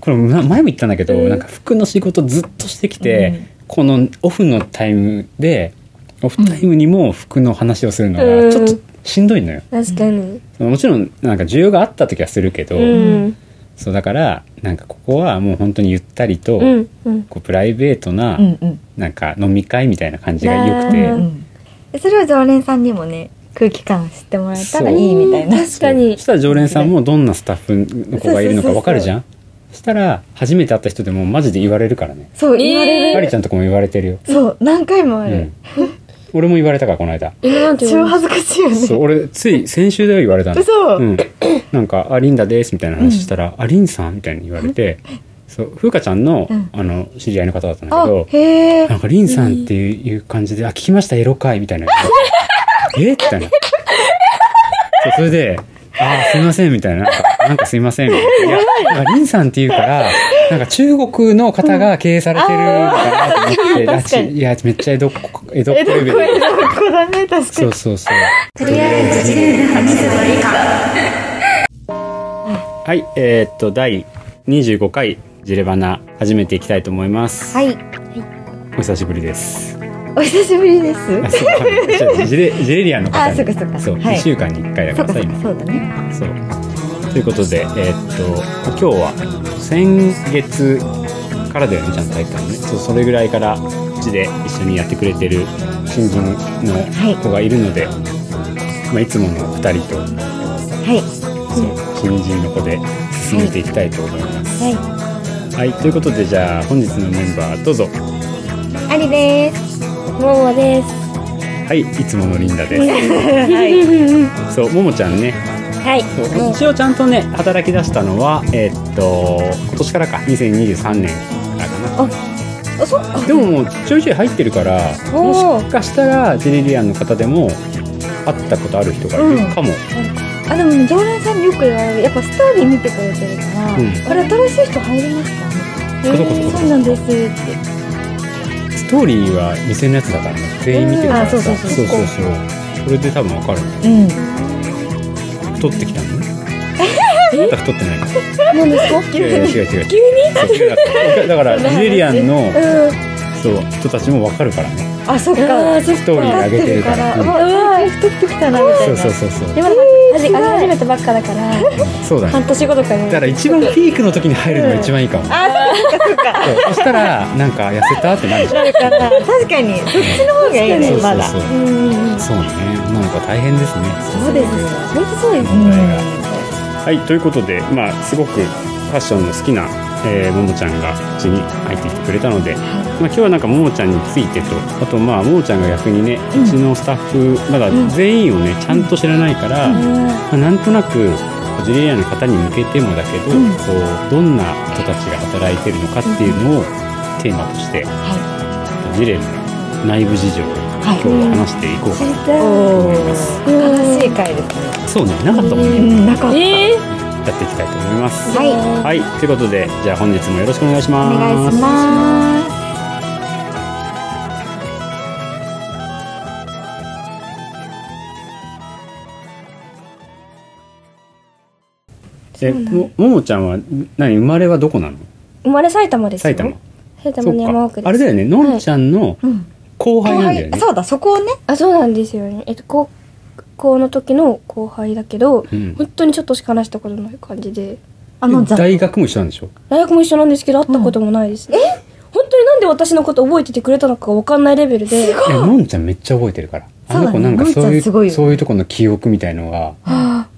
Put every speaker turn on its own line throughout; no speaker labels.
これな前も言ったんだけど、
うん
なんか服の仕事ずっとしてきて、
うん
このオフのタイムでオフタイムにも服の話をするの
う
が
ん
ちょっとしんどいのよ、
確かに。
もちろんなんか需要があった時はするけど、
うん。
そうだからなんかここはもう本当にゆったりと、
うん。うん。
こうプライベートな、
うんうん
なんか飲み会みたいな感じが良く
う
て
あー
ん
でそれを常連さんにもね、空気感を知ってもらえたらいいみたいな。
そう
確
そう
かに
そし。たら常連さんもどんなスタッフの子がいるのかわかるじゃんそしたら初めて会った人でもマジで言われるからね
そう、言われ
あ
る。
りちゃんとかも言われてるよ、
そう、何回も
う
ある
ん。、俺も言われたからこの間
今なん
て言
超
わ
恥ずかしいよね。
そう俺つい先週だよ言われたの
嘘
うん、なんか「あリンダです」みたいな話したら「あリンさん?」みたいに言われてそう風花ちゃんの,、
うん
あの知り合いの方だったんだ
あ
けど、
へ え
な。んかリンさんっていういう感じで「あ聞きましたエロ会」み たいな言われてえみたいなそうそれで「あーすいません」みたいな「なんかなんかすいません」みたいな「いやなんかリンさんっていうからなんか中国の方が経営されてるのかなと思って、あちいやめっちゃ江戸っ子江戸っ
え、
子
どこ
レ
へ
ベル
どこだね、確か
そ
に
う。そうそう
とりあえず自由な水割りか
はいえーっと第25回「ジレバナ」始めていきたいと思います、
はい。
お久しぶりです
お久しぶりです。
あそうか 違うジレジレリアンの方
あそうかそうか
そう、
はい
2週間に1回だ
そ
か
う
ら
か
さ
そ
今
うか、そうだね。
そう。ということで、えーっと、今日は先月からだよね、ちゃんと入ったのね。そう、それぐらいから、うちで一緒にやってくれてる新人
い
の子がいるので、まあ、いつもの2人と、
はい。
そう、新人の子で進めていきたいと思います。
はい。
はい、ということで、じゃあ、本日のメンバー、どうぞ。
ありです。ももです。
はい、いつものリンダで
はい。
す。そう、ももちゃんね、
はい。
そう一応ちゃんとね、働き出したのは、えーっと、今年からか、2023年からかな。
あ、そっか。
でももうちょいちょい入ってるからも
おー
しかしたらジェレリアンの方でも会ったことある人がいるかも、
あ、でもね、常連さんによく言われる。やっぱストーリー見てくれてるか
う
ら、
ん
あれ新しい人入りました
そうそうそうそう
そうなんですって。
ストーリーは店のやつだからね全員見てるからさ、
うんあそうそうそう
そうそれで多分わかる
うん
太ってきたのねまだ太ってないか
何ですか
いやいや違う 違う急にだからジェレリアンの
う
そう人たちもわかるからね
ん。あ、そっか。
あーそっ
ストーリー上げてるから
う
うん
わ、最近太ってきたな、みたい
そう
な。
そうそうそう、
でも始め始めたばっかだから
うんそうだね
半年後とかに
だから一番ピークの時に入るのが一番いいかも、
あ、
そうそしたらなんか痩せたってなるじゃん
そうかな。確か に。そっちの方がい
そうそう
いね、
そう
まだ。うん。
そうね、なんか大変ですね。
そうです。本当そうです
問題が
ね。
はい、ということで、まあ、すごくファッションの好きな、えーももちゃんがうちに入ってきてくれたので、まあ、今日はなんかももちゃんについてとあとまあももちゃんが逆にねうちのスタッフまだ全員をねちゃんと知らないから、まあ、なんとなくジュリアの方に向けてもだけど、
うん
こうどんな人たちが働いてるのかっていうのをテーマとして、ジュレの内部事情を今日は話していこうかな
知りたい
と思います。
楽しい回ですね。
そうね、なかったもん
う
ね。
んなかった
え
やっていきたいと思います。
はい。
はい、ということで、じゃあ本日もよろしくお願いし
お
ます。
願いします。
え、も、ももちゃんは、何、生まれはどこなの。
生まれ埼玉ですよ
埼玉。
埼
そ
玉
っ
の山奥です
か。あれだよね、のんちゃんの
うん
後輩なんだよね。
そうだ、そこをね。
あそうなんですよねえっと高校の時の後輩だけど
うん
本当にちょっとしか話したことない感じで
あの、ざ
大学も一緒なんでしょ
大学も一緒なんですけど会ったこともないですね、え本当になんで私のこと覚えててくれたのかわかんないレベルで
いや、のんちゃんめっちゃ覚えてるから。あの
そ
子
う
な
だね
んかそうい、
のんちゃんすごいうよ
そういうとこの記憶みたいのが。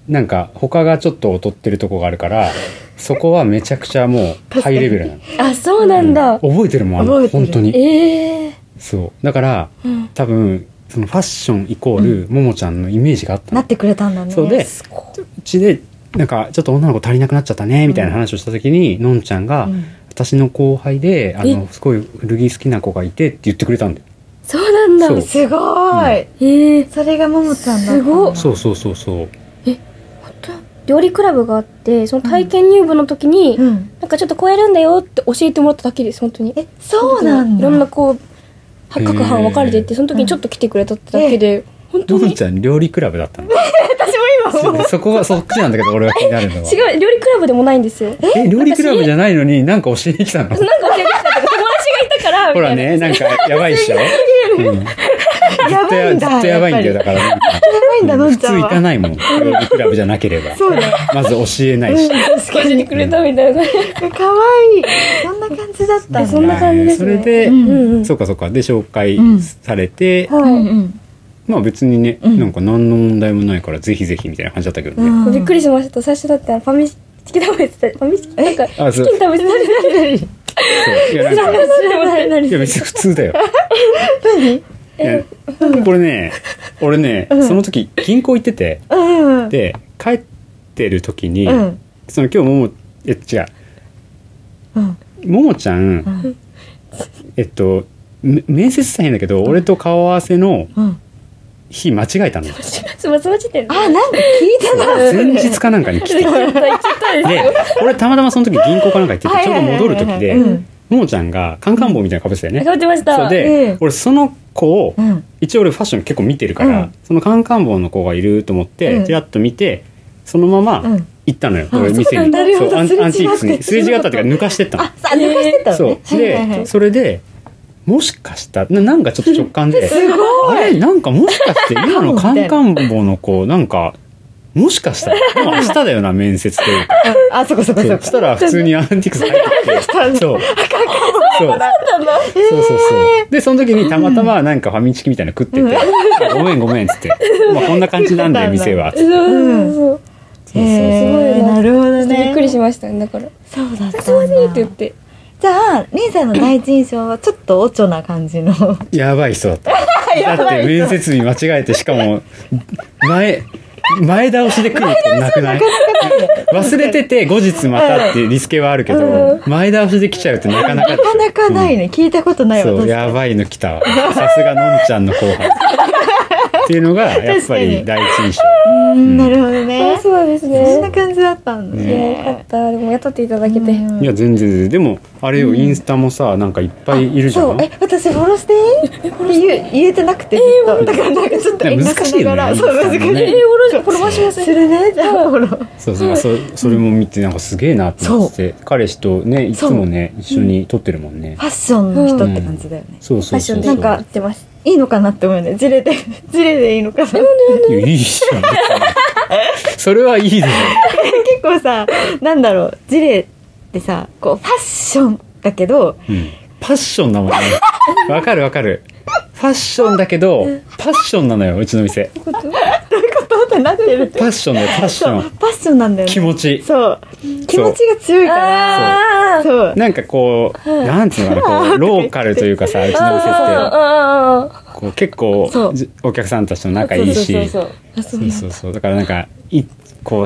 なんか他がちょっと劣ってるとこがあるから、そこはめちゃくちゃもうハイレベ ルなの。
あそうなんだ、
覚えてるもん、あ
覚
の、
えてる
本当に。
ええ
そう、だから、
うん
多分そのファッションイコールももちゃんのイメージがあった
な
の、
ってくれたんだね。
そうでうちでなんかちょっと女の子足りなくなっちゃったねみたいな話をした時に、のんちゃんが、
うん
私の後輩であのすごい古着好きな子がいてって言ってくれたんだよ
そうなんだ
そう
すごーい。
ええ
それがももちゃんだっ
す
た。
ごっ
そうそうそうそう
料理クラブがあってその体験入部の時に、
うん。
なんかちょっとこうやるんだよって教えてもらっただけです本当に
え、そうな
い
んだ。
ろんなこう各班分かれて
へ
てその時にちょっと来てくれたってだけで、本当
のん
に
ちゃん料理クラブだったの
私も
そうそこはそっちなんだけど俺は気にな るのは
違う料理クラブでもないんですよなんか
え料理クラブじゃないのになんか教えに来たの
教えてきたけど友達がいたからみたいな
ほらねなんかやばいっしょ、うん、ずっ
や
と
ばいんだ
ずっとやばいんだよだからなんか
やばいんだ、のん
普
ちゃん
通行
は。
かないもん料理クラブじゃなければ
そうね。
まず教えないし、
教えてくれたみたいな
え可愛いそんな感じだった。
そんな感じです
それ
ね
で、
うん
うんうん
そうかそうかで紹介
うん
されて、
は
うん
い
うん
まあ別にね、
うん
なんか何の問題もないからぜひぜひみたいな感じだったけどね、
うん
びっくりしました最初だってファミチキン食べてたファミチキなんかチキ
あそう
ン食べて
そういやなん
た
か
何何
いや別に普通だよ何いやこれね俺ね、その時銀行行ってて
うん。
で帰ってる時に、
うん。
その今日ももえ違う
うん。
ももちゃん、
ん
えっとめ面接したいんだけど俺と顔合わせの
うん。
日間違えたの
すまつまちってんの
あ、なんか聞いてた。
前日かなんかに来て
絶対行きたいです
で俺たまたまその時銀行かなんか行っててちょうど戻る時で
はいはいはいはい
ももちゃんがカンカン帽みたいなかぶってたよ
食
ね
べてました
そう
え
で
え
俺その子を
うん。
一応俺ファッション結構見てるから、
うん
そのカンカン帽の子がいると思っ
う
て
ん
ちらっと見てそのま
う
ま
ん
行ったのよ、
あ
俺店
そう
に
なんだなるほど
アン
すれ違
ア
って
ンティークスにすれ違ったっていうか抜かしてったの
あ、さ、抜かしてたのね。
そうで、
はいはいはい
それでもしかしたななんかちょっと直感であれなんかもしかして今のカンカン帽の子なんかもしかしたらでも明日だよな面接というか
うんあ、そこそこ
そ
そうこ。
したら普通にアンティークス入ってきて そうそうそうそうそうでその時にたまたまなんかファミチキみたいなの食ってて「ごめんごめん」っつって「まあこんな感じなんだよ店は」つって
そうそうそう
そうそう
へ
す
ー
ごいな
なるほどね。
びっくりしましたねだから
そうだったんだ。
すいませんって言って
じゃあ、リンさんの第一印象はちょっとおちょな感 じの。
やばい人だった。だって面接日間違えて、しかも、前、前倒しで来るってなくない忘れてて後日またってリスケはあるけど、前倒しで来ちゃうってなかなかで
な
しょ
かなかないね。聞いたことないわ。
そう、
確かに
やばいの来たわ。さすがのんちゃんの後輩。っていうのが、やっぱり第一印象。
うーんなるほど
あ
ね。
そうなんです
そん
ね
な感じだったんだ
いやよかっ
ね。
たでも雇っていただけて
うん
いや、全然全然。でも、あれよ、インスタもさ、なんかいっぱいいるじゃ
そ
ん
う。え私フォローしていいって言う言えてなくてずっとだからなんかちょっと遠慮しながら
難しい
そ
よ
う
ね
難しい
インスタもね
えフォローフォローしませんするねじゃあフォロー
そうそう、そそれも見て、なんかすげえなって思ってて、彼氏とね、いつもね、一緒に撮ってるもんね
フ。ァッションの人って感じだよね
そう
フ
そ
ァ
う
ッシ
そ
ョン
う
で
そ
な
う。
んかってます
いいのかなって 思うよねじれでじれでいいのかな結
いや、いいじゃん。それはいいでしょ。
構さ なんだろうじれってさこうファッションだけど
うん。パッションなもんね。わかるわかる。ファッションだけど、パッションなのよ、うちの店。
どうってなってる
パッションだよ、パッシ
そう
ョン。
ファッションなんだよね
気持ちいい
そう気持ちが強いから
あー
そう
なんかこう、なんていうの かな、こう、ローカルというかさ、うちの店って、
あー
こう、結構
そ、う
じお客さんたちと仲いいし、
そうそうそう
あそ
そううそうそうだからなんかいこう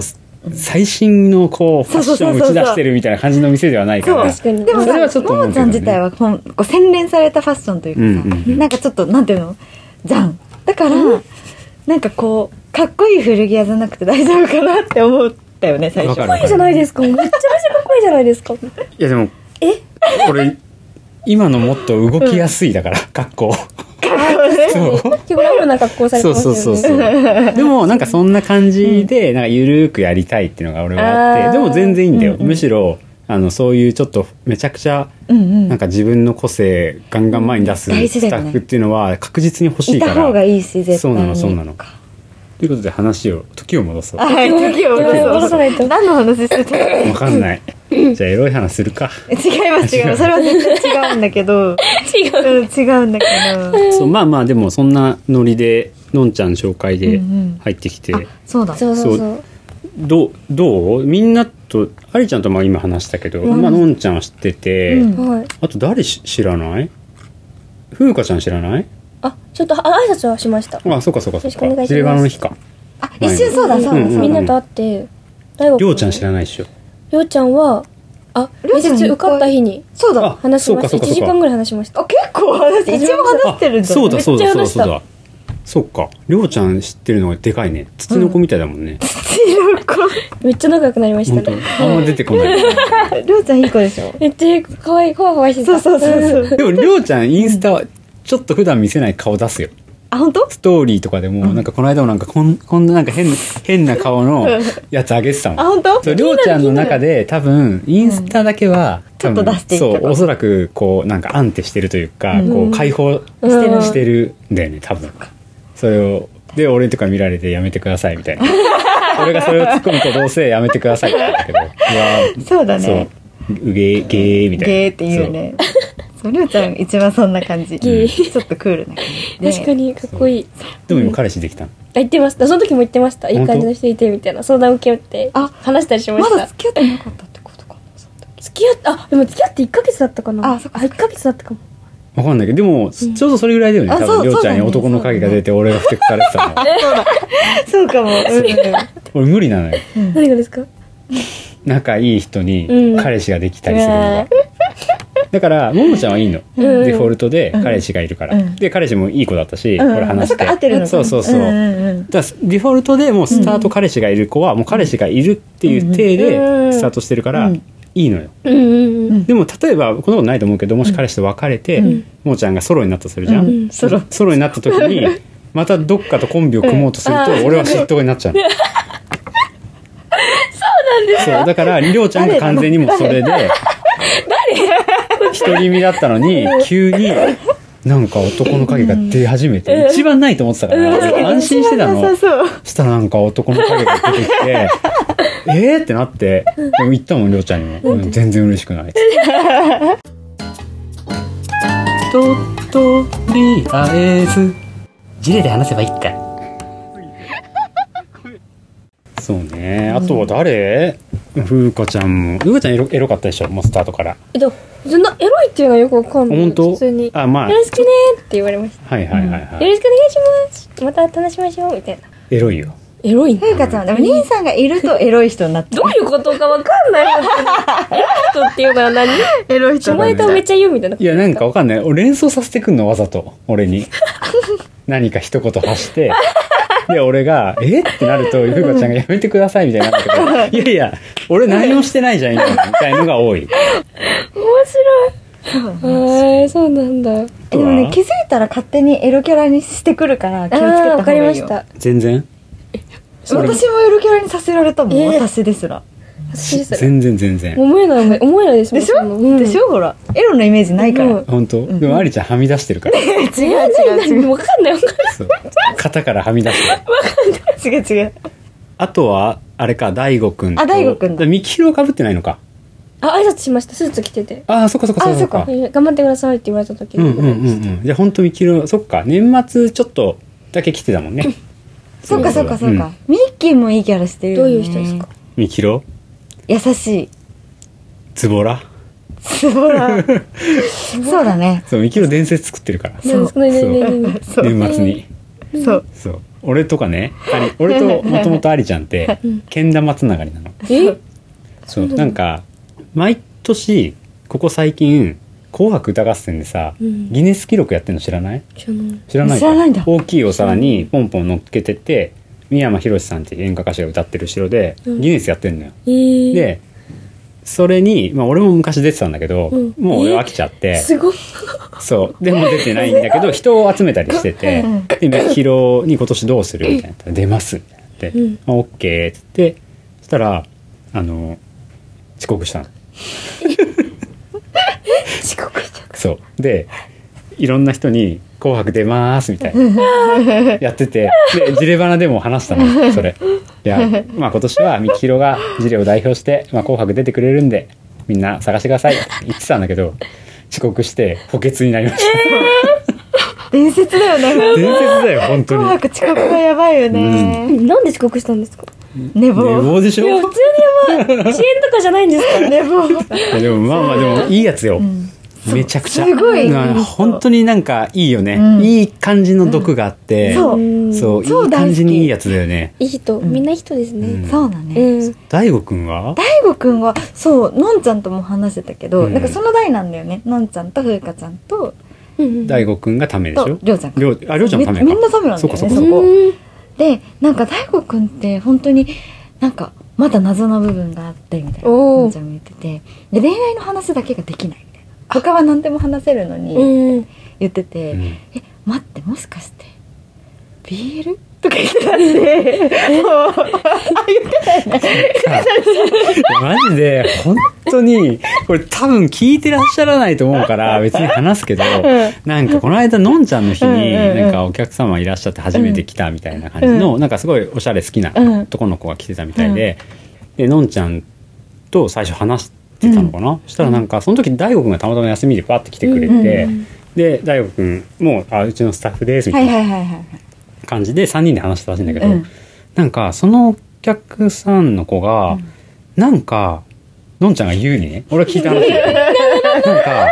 最新のこうファ
そうそ
ッ
う
シ
そ
ョ
う
ンを打ち
そう
出してるみたいな感じの店ではないから
確かに
でも
それはち
さ、
ょっと
も
思うけ
もち
ど
ゃん
ね
自体はこんこう洗練されたファッションというかさ、
うんうんうん
なんかちょっとなんていうのじゃんだから、なんかこうかっこいい古着屋じゃなくて大丈夫かなって思ったよね最
わかる
初
かっこいいじゃないですか。めちゃめちゃかっこいいじゃないですか。
いやでも
え
これ今のもっと動きやすいだから、格好そう
結構ラフな格好されて
そう
ます
そ
よ
う
ね。
そうそうでもなんかそんな感じでなんかゆるーくやりたいっていうのが俺はあって
あー
でも全然いいんだよ、むしろあのそういうちょっとめちゃくちゃ
うんう
なん
ん
か自分の個性ガンガン前に出す
大事だ
ス
よ
タ
ね
ッフっていうのは確実に欲し
い
いから
た方がいいし絶対に
そうなのそうなのということで話を時を戻そう
はい次を
戻さないと
何の話してた違い
わかんない。じゃあエロい話するか。
ます 違いますそれは絶対違うんだけど、
違う。
うん、違うんだけど
そうまあまあでもそんなノリでのんちゃん紹介で
うんうん
入ってきて、
あそうだ
そうそうそ。
そうどうどうみんなとありちゃんとまあ今話したけど、
うん
まあのんちゃんは知ってて、
うん
はい。
あと誰し知らない？風花ちゃん知らない？
あ、ちょっとあ挨拶はしました。
あそうかそうかそう
よろしくお願いしま
か。ジ
す
レバナの日か。
あ一瞬そうだそうだ、
うんうん
みんなと会って、大学。
りょうちゃん知
ない。
らないでしょ。
りょうちゃんは、あ、
りょ
面
うちゃん
接受かった日に
そうだ
あ
話しました。
そうかそうかそうか
一時間ぐらい話しました。
あ結構話して一応話してるん
あ
だ
そうだそうだそう
め
だ
っち
そ
ゃ話した
うだ。そっか。りょうちゃん知ってるのがでかいね。ツチノコみたいだもんね。
白子
めっちゃ仲良くなりました
本当
ね。
あんま出てこない。
りょうちゃんいい子でしょ
めっちゃ可愛い、ほわほわしてた。
そうそうそうそう
でもりょうちゃんインスタはちょっと普段見せない顔出すよ。
あ本当
ストーリーとかでも、なんかこの間もなんかこんこんななんか変変な顔のやつあげてた
あ
の。
本当
そうりょうちゃんの中で多分インスタだけは、
うん
多分
ちょっと出していた
そうおそらくこうなんか安定してるというか、
うん
こう解放
うん
してる
してるんだよね多分それをで俺とか見られてやめてくださいみたい な俺がそれを突っ込むとどうせやめてくださいって言うんだけどうわー
そうだね
そううげーゲーみたいな
ゲーって言うねそうりょうちゃん一番そんな感じ
ゲ
ちょっとクールな感じで
確かにかっこいいあ
そうでも今彼氏できたの
言ってましたその時も言ってましたいい感
本
じ
当
の人いてみたいな相談受けて
あ
話したりしま
ま
した
だ付き合ってなかったってことかな
付き合ってあでも付き合って1ヶ月だったかな
あそっかそっ
1ヶ月だったかも
わかんないけどでもちょうどそれぐらいだよね、
あ
多
そう
分りょうちゃんに
そうだね
男の影が出て俺がふてくされてたの
そうかも、う
俺無理なのよ
んうん、
何がですか
仲いい人に
うん
彼氏ができたりするのが、だからももちゃんはいいの、
ん
デフォルトで彼氏がいるから、
うん
で彼氏もいい子だったし、
うん
俺話して
あそっか合ってるのか
そうそうそう、
んんうん
だからデフォルトでもうスタート彼氏がいる子はもう彼氏がいるっていう体
うんうん
でスタートしてるから
うん
いいのよ、
うんうんうん
でも例えばこんなことないと思うけどもし彼氏と別れて、
うん
もーちゃんがソロになったとするじゃん、
うん
ソロソロになった時にまたどっかとコンビを組もうとすると
うん
俺は嫉妬になっちゃうのそうなんですそうだからりょうちゃんが完全にもうそれで誰独り身だったのに急になんか男の影が出始めて一番ないと思ってたから安心してたの
そうそう
したらなんか男の影が出てき てえーってなってでも言ったもんりょうちゃんにも、うん全然嬉しくない ととりあえずジレで話せばいいかそうねあとは誰風花ちゃんも風花ちゃんエロエロかったでしょもうスタートから
えっとそんなエロいっていうのはよくわかんない
本当
普通に「よ
あまあ
ろしくね」って言われまし
はいはいはいは
た「
い、
よろしくお願いしますまた話しましょう」みたいな
エロいよ
エロいね
ふうかちゃんでも兄さんがいるとエロい人になって
どういうことかわかんない本当にエロい人っていうのは何
エロい人
お前とめっちゃ言うみたいない
やなんかわかんない俺連想させてくんのわざと俺に 何か一言発 してで俺が「えっ?」てなるとふうかちゃんが「やめてください」みたいになるんだけど「いやいや俺何もしてないじゃん今」みたいのが多い
面白いへえそうなんだ
でもね気づいたら勝手にエロキャラにしてくるから気をつけた方がいい
あ
よ
ーわかりました
全然
私もエロキャラにさせられたもん、
えー
私ですら
私です
全然全然
思えない思え思えないですもん
でし
そんな
ょ、
うん
でしょほらエロのイメージないから、
うん
本当でもありちゃんはみ出してるから
違う
え何
違う違う違う違う
何わかんないわかんない
そう肩からはみ出してる
違う
あとはあれか大悟くんと
あ大悟くんだ
だミキヒロかぶってないのか
あ挨拶しましたスーツ着てて
ああそっかそっかそっかそっ
あ
か
頑張ってくださいって言われた時
うん
に
うんうんうんじゃあ本当ミキヒロそっか年末ちょっとだけ来てたもんね
そうかそうかそうか、
ん
ミッキーもいいキャラしてる
ど
よ、
う
ね、
いう人ですか
ミキロ
優しい
ズボラ
すごい そうだね
そうミキロ伝説作ってるから
そう
ねねねねね
そう
年末に
そう
そう俺とかねあり俺ともともとありちゃんってけん玉つながりなの
え
そうなんか毎年ここ最近「紅白歌合戦」でさ、
うん
ギネス記録やってんの知らない
じゃあもう
知らないか
知らないんだ
大きいお皿にポンポン乗っけてって三山ひろしさんっていう演歌歌手が歌ってる後ろで
うん
ギネスやってんのよ、
えー
でそれに、まあ、俺も昔出てたんだけど、
うん
もう俺飽きちゃって、
すごい
そう。でも出てないんだけど、人を集めたりしてて
うん、
で、ミキヒロに今年どうするみたいな。出ますみたいなって、
うん
あオッケーって言って、そしたら、あの、遅刻したの。
遅刻しちゃった
そう。で、いろんな人に、紅白出ますみたいな。やってて、で、ジレバナでも話したの、それ。いや、まあ今年はミキヒロがジレを代表して、まあ紅白出てくれるんで、みんな探してくださいって言ってたんだけど、遅刻して補欠になりました。
伝説だよね
伝説だよ、本当に
紅。白遅刻がやばいよね、
なんで遅刻した んですか
寝坊
寝坊でし
いや
ょ
普通にやばい遅延とかじゃないんですか
寝坊
いやでもまあまあでもいいやつよ、めちゃくちゃ
すごい
な本当になんかいいよね、
うん
いい感じの毒があって、
そう
うん
そう
そう
いい
大好き
感じにいいやつだよね
いい人みんないい人ですね
そうだね、
うん
大悟くんは
大悟くんはそうのんちゃんとも話してたけど、
うん
なんかその代なんだよねのんちゃんとふうかちゃんと
うん
大悟くんがためでし
と
ょ
りょうちゃん
りょうありょうちゃんのためか
みみんなためなんだよね
そうかそうかそ
う
そ
うんか
こ
ん
でなんか大悟くんって本当になんかまだ謎な部分があってみたいな
おー
のんちゃんも言っててで恋愛の話だけができないみたいな他は何でも話せるのに
うん
言ってて、
うん
え待ってもしかして BL? とか言ってたんで、もう、あ、言ってたよね。
マジで、本当に、これ多分聞いてらっしゃらないと思うから、別に話すけど、なんかこの間、のんちゃんの日に、
うんうんうん
なんかお客様いらっしゃって初めて来たみたいな感じの、なんかすごいおしゃれ好きな
うん
男の子が来てたみたいで、で、のんちゃんと最初話してたのかな、そしたらなんか、その時、大悟くんがたまたま休みでパッて来てくれて、
うんうんう
で、大悟くんも、あ、うちのスタッフです、みた
はいい
な
はいはいはい。
感じで3人で話したらしいんだけど、
うん
なんかそのお客さんの子が、なんかのんちゃんが言うにね俺は聞いた話だけどなんか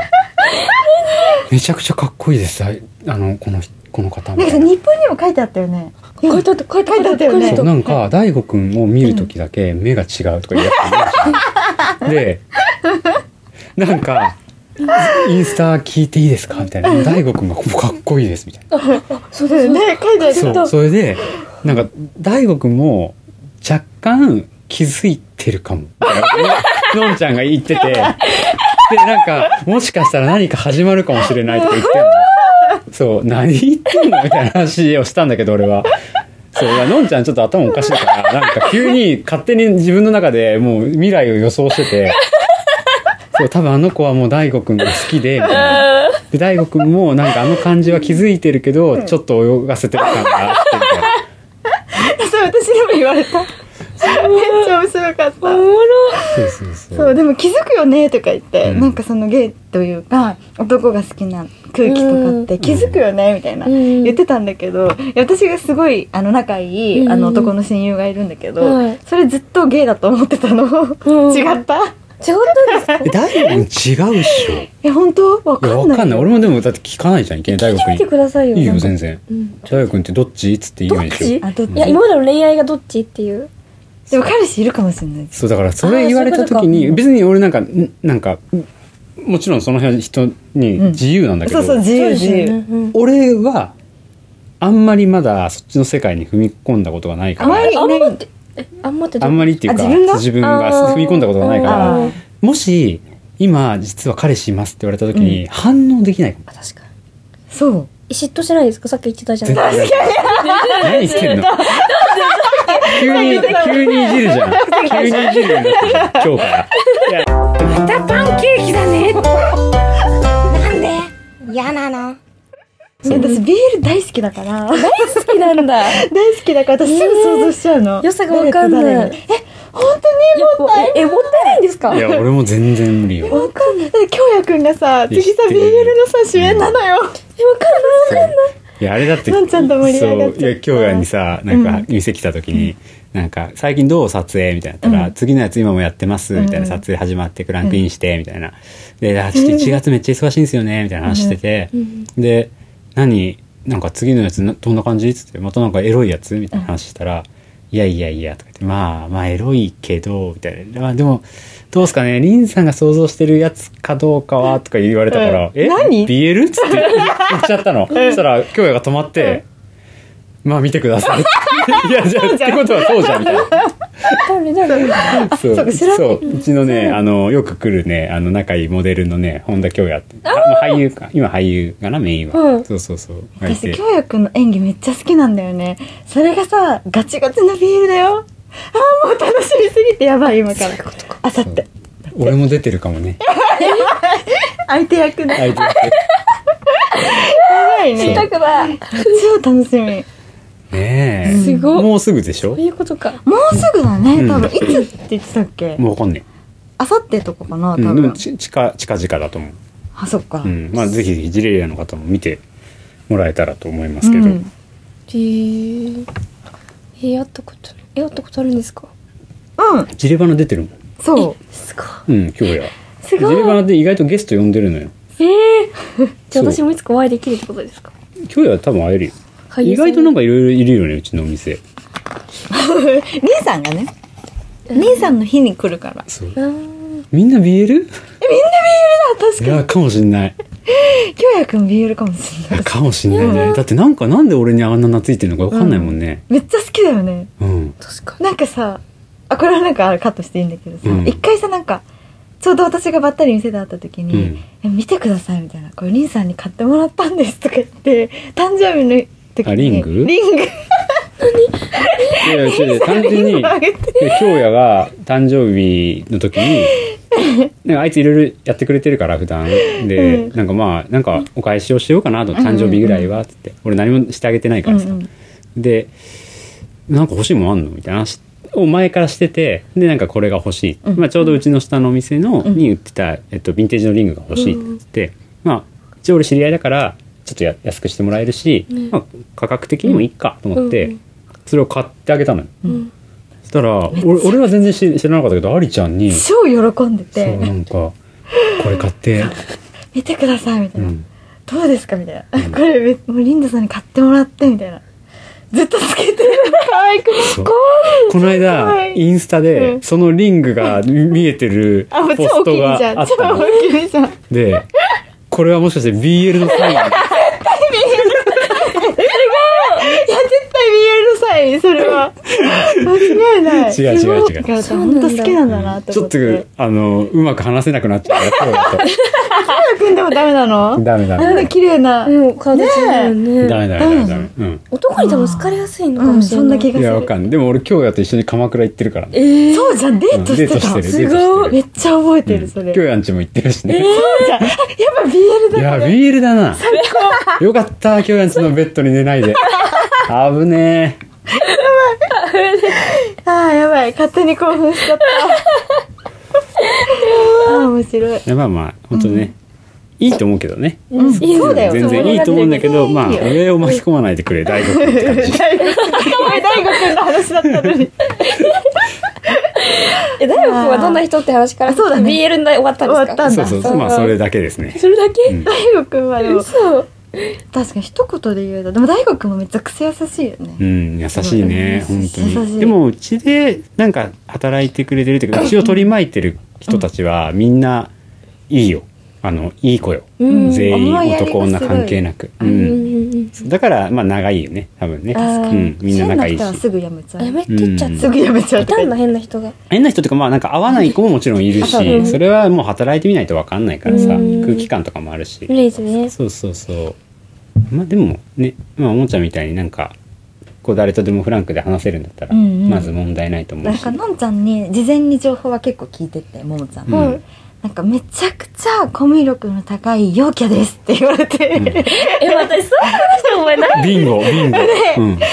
めちゃくちゃかっこいいですああのこの人この方み
なん
た
かさ
いな。
日本にも書いてあったよね。
書いてあった書いてあった
書いて
そ
あっ
うなんか大悟くんを見るときだけ目が違うとか言ってでなんか「インスタ聞いていいですか?」みたいな「大悟くんがかっこいいです」みたいな。
そうだよね。書いてあ
そうそれでなんか大悟くんも若干気づいてるか もみたいなのんちゃんが言っててでなんかもしかしたら何か始まるかもしれないとか言ってんのそう何言ってんのみたいな話をしたんだけど俺は。そういやのんちゃんちょっと頭おかしいからなんか急に勝手に自分の中でもう未来を予想しててそう多分あの子はもう大悟くんが好きでみたいなで大悟くんもなんかあの感じは気づいてるけど、ちょっと泳がせてる感があってみたいな
そう、私でも言われた。めっちゃ面白かっ
そ
た。
うそうそう
そう、でも気づくよねとか言って、
うん
なんかそのゲイというか、男が好きな空気とかって気づくよねみたいな、
うん
言ってたんだけど、いや私がすごい、あの、仲いい、
うん
あの、男の親友がいるんだけど、
はい
それずっとゲイだと思ってた
ん
の。違っ
違っ
た
たんですか
え大悟くん違うっしょい
え、本当わか
や
ん
わ
ない。
かんない俺もでもだって聞かないじゃんいきなり大悟くん
見てくださいよ
いいよ
なんか
全然
うん
大悟くんってどっちっつって言
ど
う
っ
んで
ち
し
い
ょ
あどっち
や今までの恋愛がどっちっていう
でも彼氏いるかもしれない。
そうだからそれ言われた
あー
時
そうい
に
うこ
別に俺なんかんなんかんもちろんその辺は人に自由なんだけど、
そうそう、自由自由。
うん
俺はあんまりまだそっちの世界に踏み込んだことがないか
あんま
ら
りい
あん
な
まっ
い。
てえあんまって
あんま
り
りっていうか
あ自分が
が踏み込んだことがないから
あー
もし今実は彼氏いますって言われた時に反応できないかも、
確か
そう。
に嫉妬してないですかさっき言ってたじゃ
絶
ない
対
ですか
何言ってんの急に急にいじるじゃん急にいじるようになってる今日から
いや私ビール大好きだから。
好きなんだ
大好きだから私すぐ想像しちゃうの、
え良さがわかんない
誰と誰にえ本当にもう
ええもったいないんですか
いや俺も全然無理よ
わかんないだって京也くんがさ次さ
知って
BL
る
のさ主演なのよ
えわかんない
いやあれだって
のんちゃんと盛り上がっちゃった
そういや京也にさなんか
うん
店来た時に、なんか最近どう撮影みたいなのやったら、
うん
次のやつ今もやってますみたいな、
うん
撮影始まってクランクインしてみたいなであちょっと1月めっちゃ忙しいんですよねみたいな話してて、で何なんか次のやつなどんな感じっつってまたなんかエロいやつみたいな話したら、いやいやいやとか言ってまあまあエロいけどみたいな、まあ、でもどうすかねリンさんが想像してるやつかどうかはとか言われたから「
うん
え
何
BL?」っつって 言っちゃったの、そしたら京也が止まって「まあ見てくだ さい」いやじゃあってことはそうじゃん」みたいな。
誰誰
そう
そうか知らん
そううちのねあのよく来るねあの仲いいモデルのね本田恭也ってあまあ俳優か今俳優かなメインは、
うん
そうそうそうがい
私
て
京也くんの演技めっちゃ好きなんだよねそれがさガチガチな BL だよあーもう楽しみすぎてやばい今からあさって
俺も出てるかもね
相手役ね
相手役
やばいね
そう
だから
超楽しみ
ねえ
すごい
もうすぐでしょ
そういうことか
もうすぐだ
うん
ね多分、いつって言ってたっけ
もうわかんね
あさってとかかな多
え、うん、
分、
でもち近近々だと思う、
あそっか、
うん、まあぜひぜひジレリアの方も見てもらえたらと思いますけど、
うん
へええやったことえやったことあるんですか
うん
ジレバナ出てるもん
そう
すごい
うん京也
す
ジ
ごい
レバナで意外とゲスト呼んでるのよ
ええじ
そ
ゃあ
う
私もいつかお会いできるってことですか
京也は多分会えるよ
俳
意
優さん
外となんかいろいろいるよねうちのお店
兄さんがね兄さんの日に来るから
そう
あー
みんな BL?
確
い
か
やかもしんない
に京也くん BL かもしれ
い
な
や
い
かもしんないねだってなんかなんで俺にあんな懐いてるのかわかんないもんね
めっちゃ好きだよね
うん、
確か
なんかさあこれはなんかあれカットしていいんだけどさ
うん
一、回さなんかちょうど私がばったり店で会った時 に「え見てください」みたいな「これ凛さんに買ってもらったんです」とか言って誕生日の時
あ
に
リング
リング
いやいや違う単純に
リングあげ
京也が誕生日の時になんかあいついろいろやってくれてるから普段で、なんかまあなんかお返しをしようかなと誕生日ぐらいはっつって、俺何もしてあげてないからさ、
うん
でなんか欲しいもんあんのみたいな話を前からしててでなんかこれが欲しい、まあ、ちょうどうちの下のお店のに売ってた、えっと、ヴィンテージのリングが欲しいって言って、まあ一応俺知り合いだからちょっとや安くしてもらえるし、まあ、価格的にもいいかと思って、
うん
それを買ってあげたのよ。
ん
そしたら俺俺は全然知知らなかったけどありちゃんにそ
超喜んで
う
て
なんかこれ買って、
「見てください」みた
う
いな、
ん、
どうですか?」みたいな「これめもうリンダさんに買ってもらって」みたいなずっとつけてる可愛く
そう
怖い
この
は
間
い
インスタ
う
で
ん
そのリングが見えてる
あもう
ポ
超
ス
お気
ト
に入りじゃ
があ
ん
っ
超
た
お
の
気に入りじゃん
でこれはもしかして BL のサイン
いや絶対 BL の際それ は間違いない
違う違う違う
う本当好きなんだなと
ちょ
思
っ
っ
と
て
あのうまく話せなくなっちゃうから今日
組んでもダメな
だと
の
ダメダ
あんな
メ
綺麗な、
でも顔出ちゃうよね
ダメダメダメダメうん
男に多分好かれやすいのか
う
も
ん
しれ
そ
ない、
んな気が
い
す
やわ
る
かんないでも俺今日やと一緒に鎌倉行ってるからね
えー、
そうじゃんデートして
デート
た
してる
す
デート
ご
して
いめ
る
っちゃ覚えてるそれ、
今日やんちも行ってるしね
じゃあやっぱ BL
い
だ
や BL だなよかった今日やんちのベッドに寝ないで危ねえ
ああやばい勝手に興奮しちゃったああ面白い
いやまあまあ本当にね、いいと思うけどね
いいそうだよ
全然いいと思うんだけどまあ
全然いい
俺
よ
を巻き込まないでくれ大悟君って感じ
大悟大悟くんの話だったのに
え大悟君はどんな人って話から
あそうだね
BL で終わったんですか
終わったん
そ
だ
うそうまあそれだけですね
それだけ、
大悟くんはでも
そう
確かに一言で言うとでも大悟くんもめっちゃ癖優しいよ
う
ね、
ん優しいね
うん
本当
優し
に
い
でもうちでなんか働いてくれてるっていうかうちを取り巻いてる人たちはみんないいよあのいい子よ、
ん
全員
思いやりがす
男
ごい
女関係なく、う
うんんうん
だからまあ長いよね多分ね、
ああ
うん、みんな仲いいし
変な人はすぐやめちゃ
うんや
う
めてっちゃっ
うん
すぐやめちゃ
たい
うとか
たん
言っ
だ
て
変な人が
変な人とかまあなんか合わない子ももちろんいる
あそう
しそれはもう働いてみないと分かんないからさ空気感とかもあるし
無理ですね
そうそうそうまあでもねまあおもちゃみたいになんかこう誰とでもフランクで話せるんだったら
うんうん
まず問題ないと思
な
うんし
かのんちゃんに事前に情報は結構聞いてってももちゃん、
うん
なんかめちゃくちゃコミュ力の高い陽キャですって言われて、
え私そういう話と思えない
ビンゴビンゴ、うん、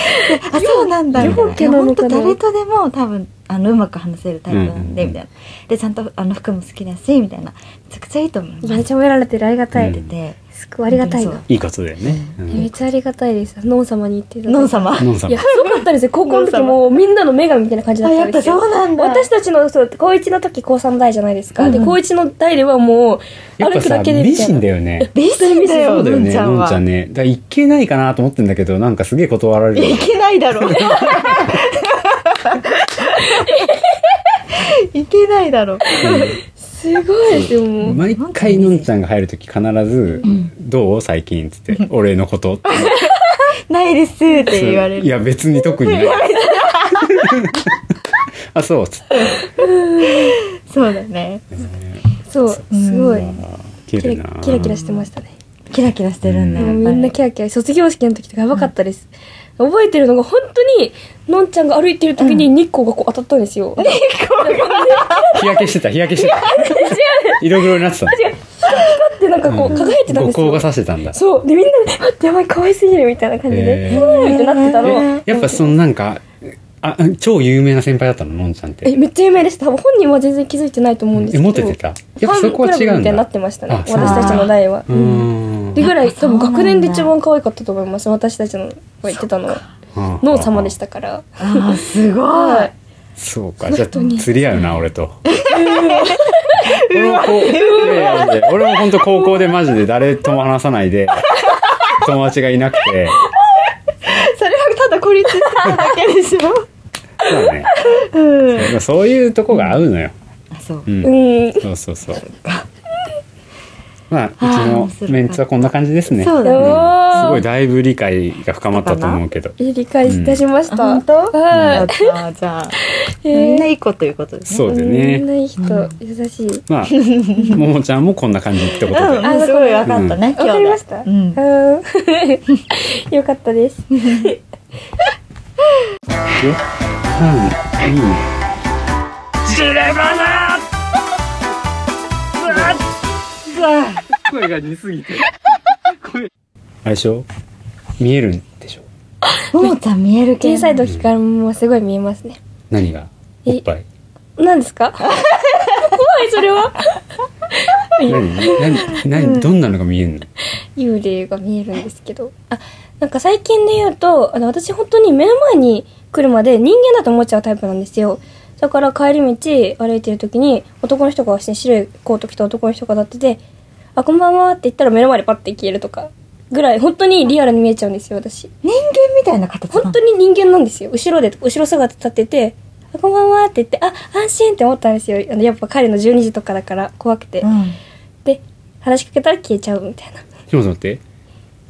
あそうなんだみたい
陽キャなのかな
本当誰とでも多分あのうまく話せるタイプなんで、
うん
みたいなでちゃんとあの服も好きだしみたいなめちゃくちゃいいと思います
めっちゃ褒められてるありがたい、
うん
です
ごいありがたい
そう
ない
いことだよね、う
めっ
ん、
ちゃありがたいですノン様に言っていただいて
のん様
ノンさん
いや、すごかったですよ。高校の時もうみんなの女神みたいな感じだったんですよ。
あやっぱそうなんだ
私たちの、そう、高1の時高3代じゃないですか。で、
うん
高1の代ではもう、
やっ
歩
ぱ
く
さ
だけで
美
みたい
人
な。
だよね
美人
そ
だよ
うだよ
のん
ね
ちゃん
のん
は
ちゃんねだからいけないかなと思ってんだけどなんかすげえ断られる
いけないだろう いけないだろう
すごいですよ、もう。
毎回のんちゃんが入る時必ず「どう最近」っつって「俺のこと」って
ないですって言われ
い
る
や別に特にない あそうっつって
そうだね
そう、すごい。
切
キ
る
ラ
な
キラキラしてましたね。
キラキラしてるんだ
も
よ
う
や
み
っぱり
んなキラキラ。卒業式の時とかやばかったです。覚えてるのが本当に、のんちゃんが歩いてる時に日光がこう当たったんですよ。
日焼けしてた日焼けしてた色黒になってた
で、なんかこう輝いてたん
五
です
光
よ
が。さしてたんだ
そう。で、みんなで、待って、やばい、可愛すぎるみたいな感じで、
へー
ふーんってなってたの。
えやっぱそのなんかあ超有名な先輩だったののんちゃんって
えめっちゃ有名でした多分本人は全然気づいてないと思うんです
え
けど
モテてたやっぱそこは違
フ
うん
ァンクラブみたいにな
だ
ってましたね
あそう
なんだ
私たちの代は
うーん
でぐらい多分
そうなんだ
学年で一番可愛かったと思います私たちの言ってたのはの様でしたたから
ああすごい
そうかじゃあ釣り合うな俺と俺もこういやいやいや俺も本当高校でマジで誰とも話さない で友達がいなくて
それはただ孤立してただけでしょ
そうだね
うん
でもそういうとこが合うのよ。
あそう
うん
うん
そうそうそう。ままあうちのメンツはこんな感じですね
そうだ
お
ね
ー
すごいだいぶ理解が深まったと思うけど
いい理解いたしまし
あ
た。
本当
はい
やったじゃあ
えー
みんないい子ということですね
そうだよ
みん
ね
ないい人、優しい。
まあももちゃんもこんな感じってこと
う
で
んあすごい分かったね
わ
今日で
かりました。
う
うん
ん
よかったです。
うんいいね声が似すぎて声あれでしょ見えるんでしょ
ももちゃん見える系
小さい時からもうすごい見えますね。
何が
え
おっぱい
何ですか 怖い、それは。
何何何どんなのが見えるの
幽霊が見えるんですけど。あ、なんか最近で言うと、あの、私本当に目の前に来るまで人間だと思っちゃうタイプなんですよ。だから帰り道歩いてる時に男の人がして白いコート着た男の人が立ってて、あ、こんばんはって言ったら目の前でパッて消えるとか、ぐらい本当にリアルに見えちゃうんですよ、私。
人間みたいな形
本当
に
に人間なんですよ後ろで後ろ姿立ってて「あこんばんは」って言って「あ安心」って思ったんですよあのやっぱ彼の12時とかだから怖くて、で話しかけたら消えちゃうみたい
ちょっと待って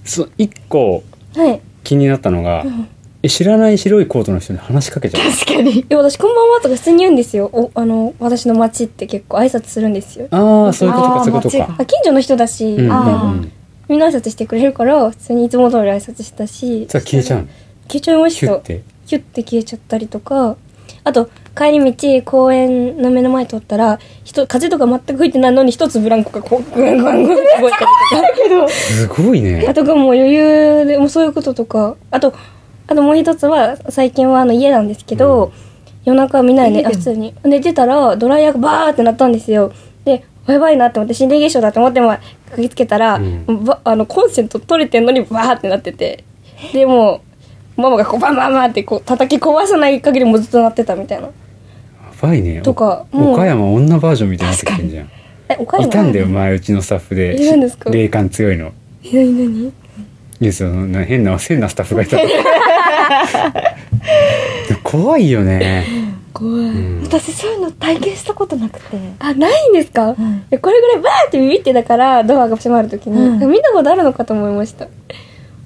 そ一個
なはい
気になったのが、
ん
え知らない白いコートの人に話しかけちゃう
確かに
いや私「こんばんは」とか普通に言うんですよおあの私の町って結構挨拶するんですよ
ああそういうこと
あ
か
ー
そういうこと
間違
か
あ近所の人だし、
うんう
みたい
あ
な
う
ー
んうん
みんな挨拶してくれるから普通にいつも通り挨拶したし
じゃあ消えちゃうの
消えちゃいまし
ヒュ
た
って
キュッて消えちゃったりとかあと帰り道公園の目の前通ったら人風とか全く吹いてないのに一つブランコがこうグングングンって動いたりとか
けど
すごいね
あとがもう余裕でもうそういうこととかあとあともう一つは最近はあの家なんですけど、夜中見ないね
家で
あ
も
普通に寝てたらドライヤーがバーってなったんですよでやばいなって思って心霊現象だと思っても駆けつけたら、
うん
ばあのコンセント取れてんのにバーってなっててでもうママがこうバンバンバンってこう叩き壊さない限りもうずっと鳴ってたみたいな
やばいね
とか
お
もう
岡山女バージョンみたいになってきてんじゃん
えお母さん
いたんだよ前うちのスタッフで
いたんですか
霊感強いの
え何何
いやそのな変 な変なスタッフがいた怖いよね、
怖い、
うん
私そういうの体験したことなくて
あないんですか、
ん
えこれぐらいバーってビビってだからドアが閉まるときに、
うん
見たことあるのかと思いました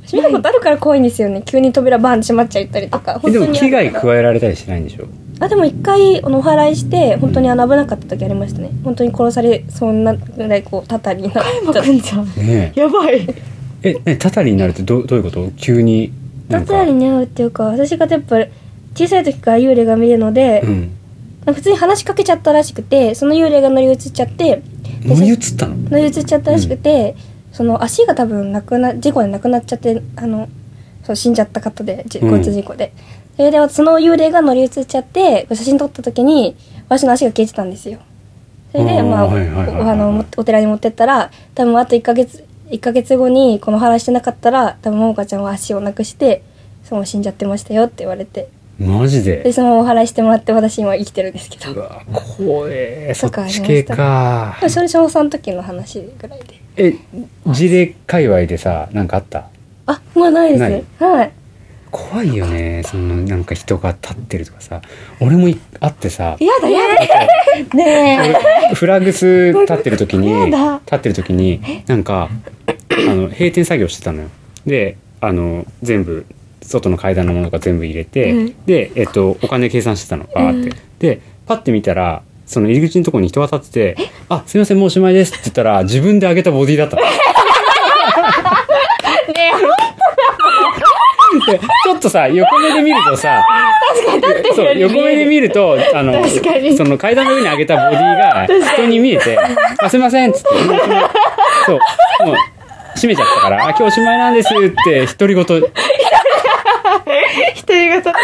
私見たことあるから怖いんですよね急に扉バーンって閉まっちゃったりとか
え
本
で
当
も
に
危害
あるから
加えられたりしないんでしょ
あでも一回あのお祓いして本当にあの危なかった時ありましたね本当に殺されそうなぐらいこうたたりになっ
加山
た
くんじゃん
ね
やばい
ええ何たたりになるってどうどういうこと急にな
た
んか
たりに会うっていうか私がやっぱ小さい時から幽霊が見るので、
うん
なんか普通に話しかけちゃったらしくてその幽霊が乗り移っちゃってで
乗り移ったの
乗り移っちゃったらしくて、その足が多分なくな事故でなくなっちゃってあのそう死んじゃった方でじ
うん
交通事故で、それでその幽霊が乗り移っちゃって写真撮った時に私の足が消えてたんですよそれで
あー
まあお
はいはいはいはい
あのもお寺に持ってったら多分あと1ヶ月1ヶ月後にこの話してなかったら多分ももかちゃんは足をなくしてその死んじゃってましたよって言われて
マジ
で
で
そのままお祓いしてもらって私今生きてるんですけ
う
ど
わ怖えそ
と
っ
かありました
ち系か
それ小3の時の話ぐらいで
え事例界隈でさなんかあった
あもうないです
ない
はい
怖いよねそのなんか人が立ってるとかさ俺もいあってさ
やだやだね
フラグス立ってる時に
やだ
立ってる時になんかあの閉店作業してたのよであの全部外の階段のものが全部入れて、
うん
で、えっと、お金計算してたのバーって、でパッて見たらその入り口のところに人が立ってて「あすいませんもうおしまいです」って言ったら自分で上げたボディだったの。でちょっとさ横目で見るとさそう横目で見るとあの
確かに
その階段の上に上げたボディが人に見えて「あすいません」っつってもうそのそうもう閉めちゃったから「あ今日おしまいなんです」って独り言そう
一人型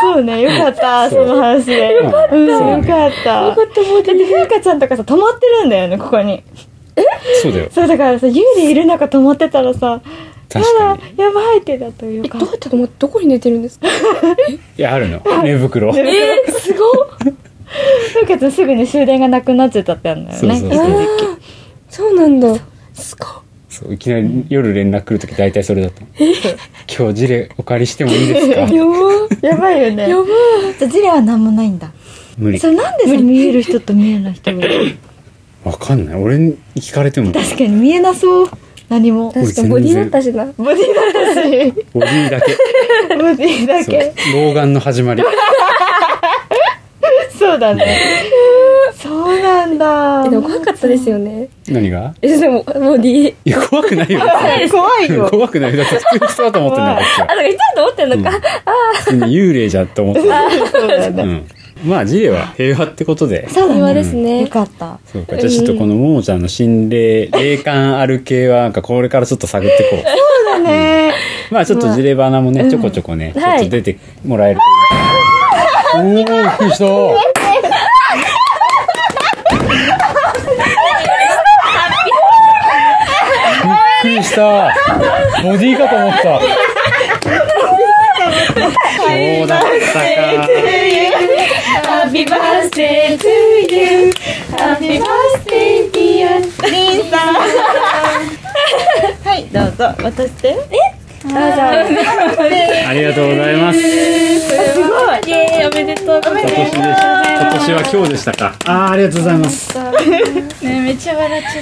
そうねよかった
そ
そうの話で
よかった
うん
そう
よかったよかったもうだってふうかちゃんとかさ止まってるんだよねここに
そうだよ
そうだからさ幽霊いる中止まってたらさや
確か
だ
に
やばいってだとよ
え
か
ど
っ
う
た
やってもどこに寝てるんです か
いやあるの寝袋
で
えー、すごっ
ふうかちゃんすぐに終電がなくなっちゃったってあるんだよね
そうそう
あ
そう
ーそうなんだすごっ
そういきなり夜連絡来る時大体それだった今日ジレお借りしてもいいですか
やば
やばいよね
やば
じゃあジレは何もないんだ
無理
それなんでさ見える人と見えない人が
わかんない俺に聞かれても
確かに見えなそう何も
確かにボディだったしな。
ボディだったし
ボディだけ
ボディだ
そう
け
老眼の始まり
そうだねそうなんだ
えでも怖かったですよね。
何が
え、でも、ボデ ィ。
いや怖くないよ
怖いよ
怖くないよだって普通に人だと思ってんだこっち
あ、だ
は
から言っちゃうと思ってんのか。
普通に幽霊じゃと思ってる
そうだ
う
ね
んまあジレは平和ってこと で
そう
平
だ
和
ね
です
よ
ね。
かった
そうかじゃあちょっとこのももちゃんの心霊霊感ある系はなんかこれからちょっと探ってこう
そうだね
まあちょっとジレバナもね、ちょこちょこね、ちょっと出てもらえると。おおー、びっくりした。びっくりした。ボディかと思 った。そうだったか。
Happy birthday to you. Happy birthday dear.
はいどうぞ渡して
ありがとうございます。
すごい
イェーイ、おめでとうござい
今年で
ま
した今年は今日でしたか。あー、ありがとうございます。
す。ね、めっちゃ笑っちゃっ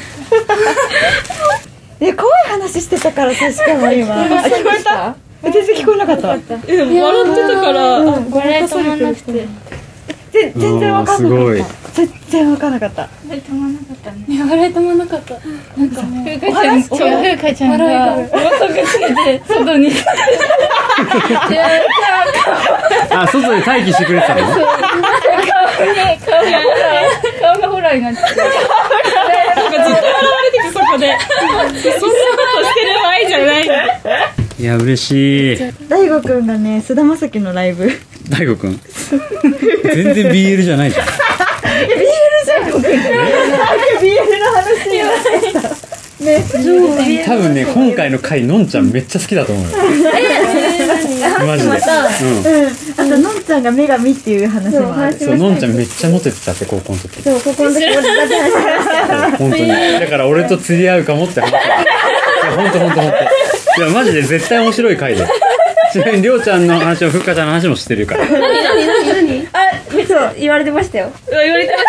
え怖い話してたから確かも今 あ聞こえたえ全然聞こえなかった
た。笑ってたから、笑い止まんなくて。
ぜ全然わかん
お
なか
ー
っ
す
た全然わかんなかった
ね笑い止まんなかった。なんか、ね、ふうかちゃん、そうふうかちゃんが、
笑い
高速つけて、外に。
あ、外で待機してくれてたの
顔がホラーになってて。なんかずっと笑われてて、そこで。そんなことしてる場合じゃないの。
いや、嬉しい。
大悟くんがね菅田将暉のライブ い
大悟くん全然 BL じゃないじゃん
や BL じゃん BL の話今
多分ね今回の回のんちゃんめっちゃ好きだと思うよマジで、う
うん、あとのんちゃんが女神っていう話もある
ん、そうのんちゃんめっちゃモテてたって高校の時
そうここの時俺だけ話して
本当にだから俺と釣り合うかもって話いや本当本当本当いやマジで絶対面白い回でちなみにりょうちゃんの話もふっかちゃんの話もしてるから
あ、そう、言われてましたよ。
言われてます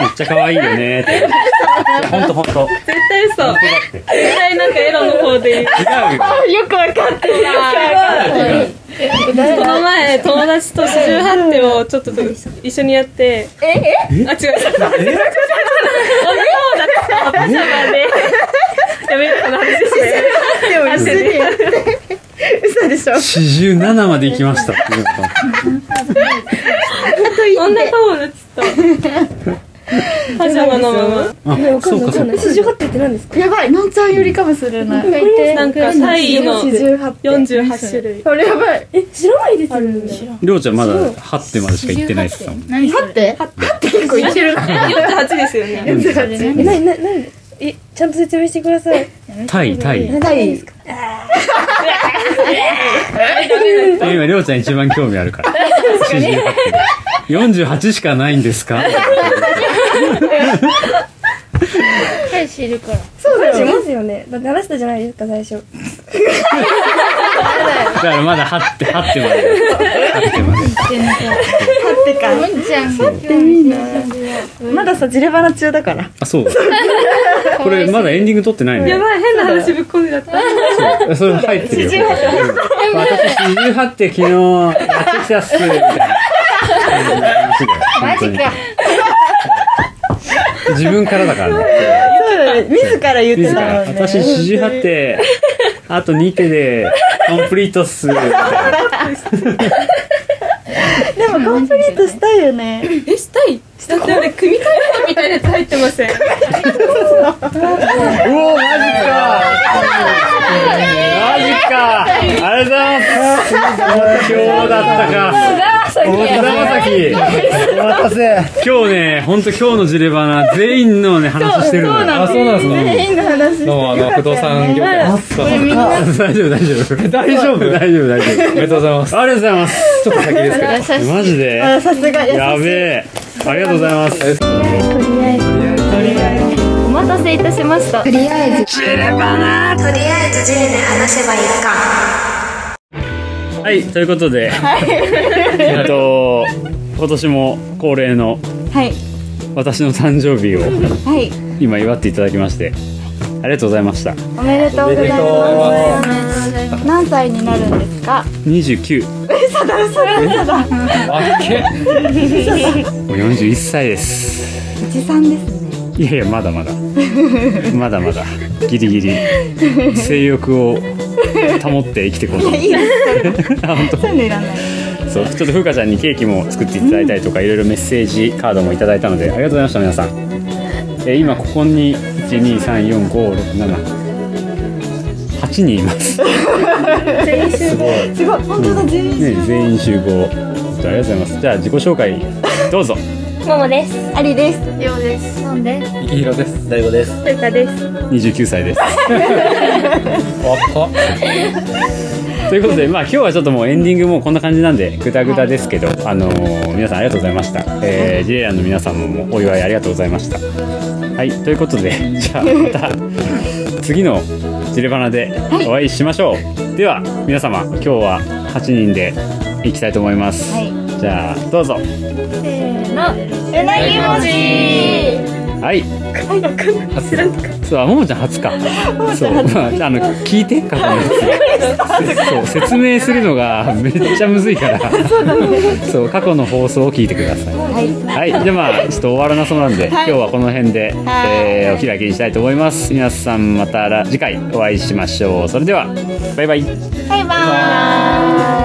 めっちゃ可愛いよねっていや本当本当
絶対嘘。絶対なんかエロの方で言う。
違うよ
よくわかってる
この前友達と四十八手をちょっと一緒にやってええあ違う女の子だったパジャマでやめるこの話して
でも一緒にやって嘘でしょ
47まで行きましたって言うから
女友達とパジャマのまま
あそうかそうか
四十八手って何ですか
やばいのんちゃんよりかもしれない
なんかタイの四十八種類
これやばい
え、知らないですよね。
りょうちゃんまだ8手までしか行ってないですから
何
待って待って結構いってる
四十八ですよね
え、なになになにえ、ちゃんと説明してください。
タイタイ
何ですか
今りょうちゃん一番興味ある から48点48しかないんですか
そうだよ。しますよね。だって話したじゃないですか、最初。
だからまだ8手8手まで8手まで
ってかのんちゃん待っていいなまださジレバナ中だから
あそうだこれまだエンディング撮ってないの
やばい変な話ぶっ込んでゃった
そうそれ入ってるようん私48手昨日やってきたっすみたいなマジか自分からだからね
そうだね自ら言っ
自
て
ら
たもんね
私48手あと2手でコンプリートっすみたいな
でもコンプリートしたいよね
えしたいだってあれ組み替えたみたいなやつ入ってません
うおマジかマジかありがとうございます今日だったか小田崎お待たせ今日ね本当今日のジレバナ全員のね話してるのよ
あ、そうなんです
変な話して
どうも、あの、不動産業界のスタッフの
大丈夫大丈夫大丈夫大丈夫大丈
おめでとうございます。
夫ありがとうございます
ちょっと先ですけど。
マジで
あさすが優
やべえありがとうございます
お待たせいたしました
はいということでえっと今年も恒例の
はい
私の誕生日を
はい
今祝っていただきましてありがとうございました
おめでとうござい
お
ます何歳になるんですか
29
嘘だ嘘だ嘘だ
あっけ
もう41歳です
おじさんですね
いやいやまだまだまだまだギリギリ性欲を保って生きていこうと思って
いいです
あ本当
そういうのいらない
そうちょっと風花ちゃんにケーキも作っていただいたりとか、いろいろメッセージカードもいただいたのでありがとうございました皆さん、えー今ここに1234567 8人います、ね、
すごい本当だ全員集
全員集
合
合ちょっとありがとうございますじゃあ自己紹介どうぞ
ももです。
ありです
生きひろです
大悟です。
29歳です
若っ
ということで、まあ、今日はちょっともうエンディングもこんな感じなんでグダグダですけど、あのー皆さんありがとうございました、えー、ジレイアンの皆さんもお祝いありがとうございましたはいということでじゃあまた次のジレバナでお会いしましょう、では皆様今日は8人で行きたいと思います、
は
じゃあどうぞ
うなぎ文字
はい初そうあももちゃん初かそう、まあ、あの聞いて過去のやつそう説明するのがめっちゃむずいからそう過去の放送を聞いてください
はい
はい、じゃあまあちょっと終わらなそうなんで、
はい
今日はこの辺で、
はい
えーお開きにしたいと思います皆さんまた次回お会いしましょうそれではバイバイ
バイバーイ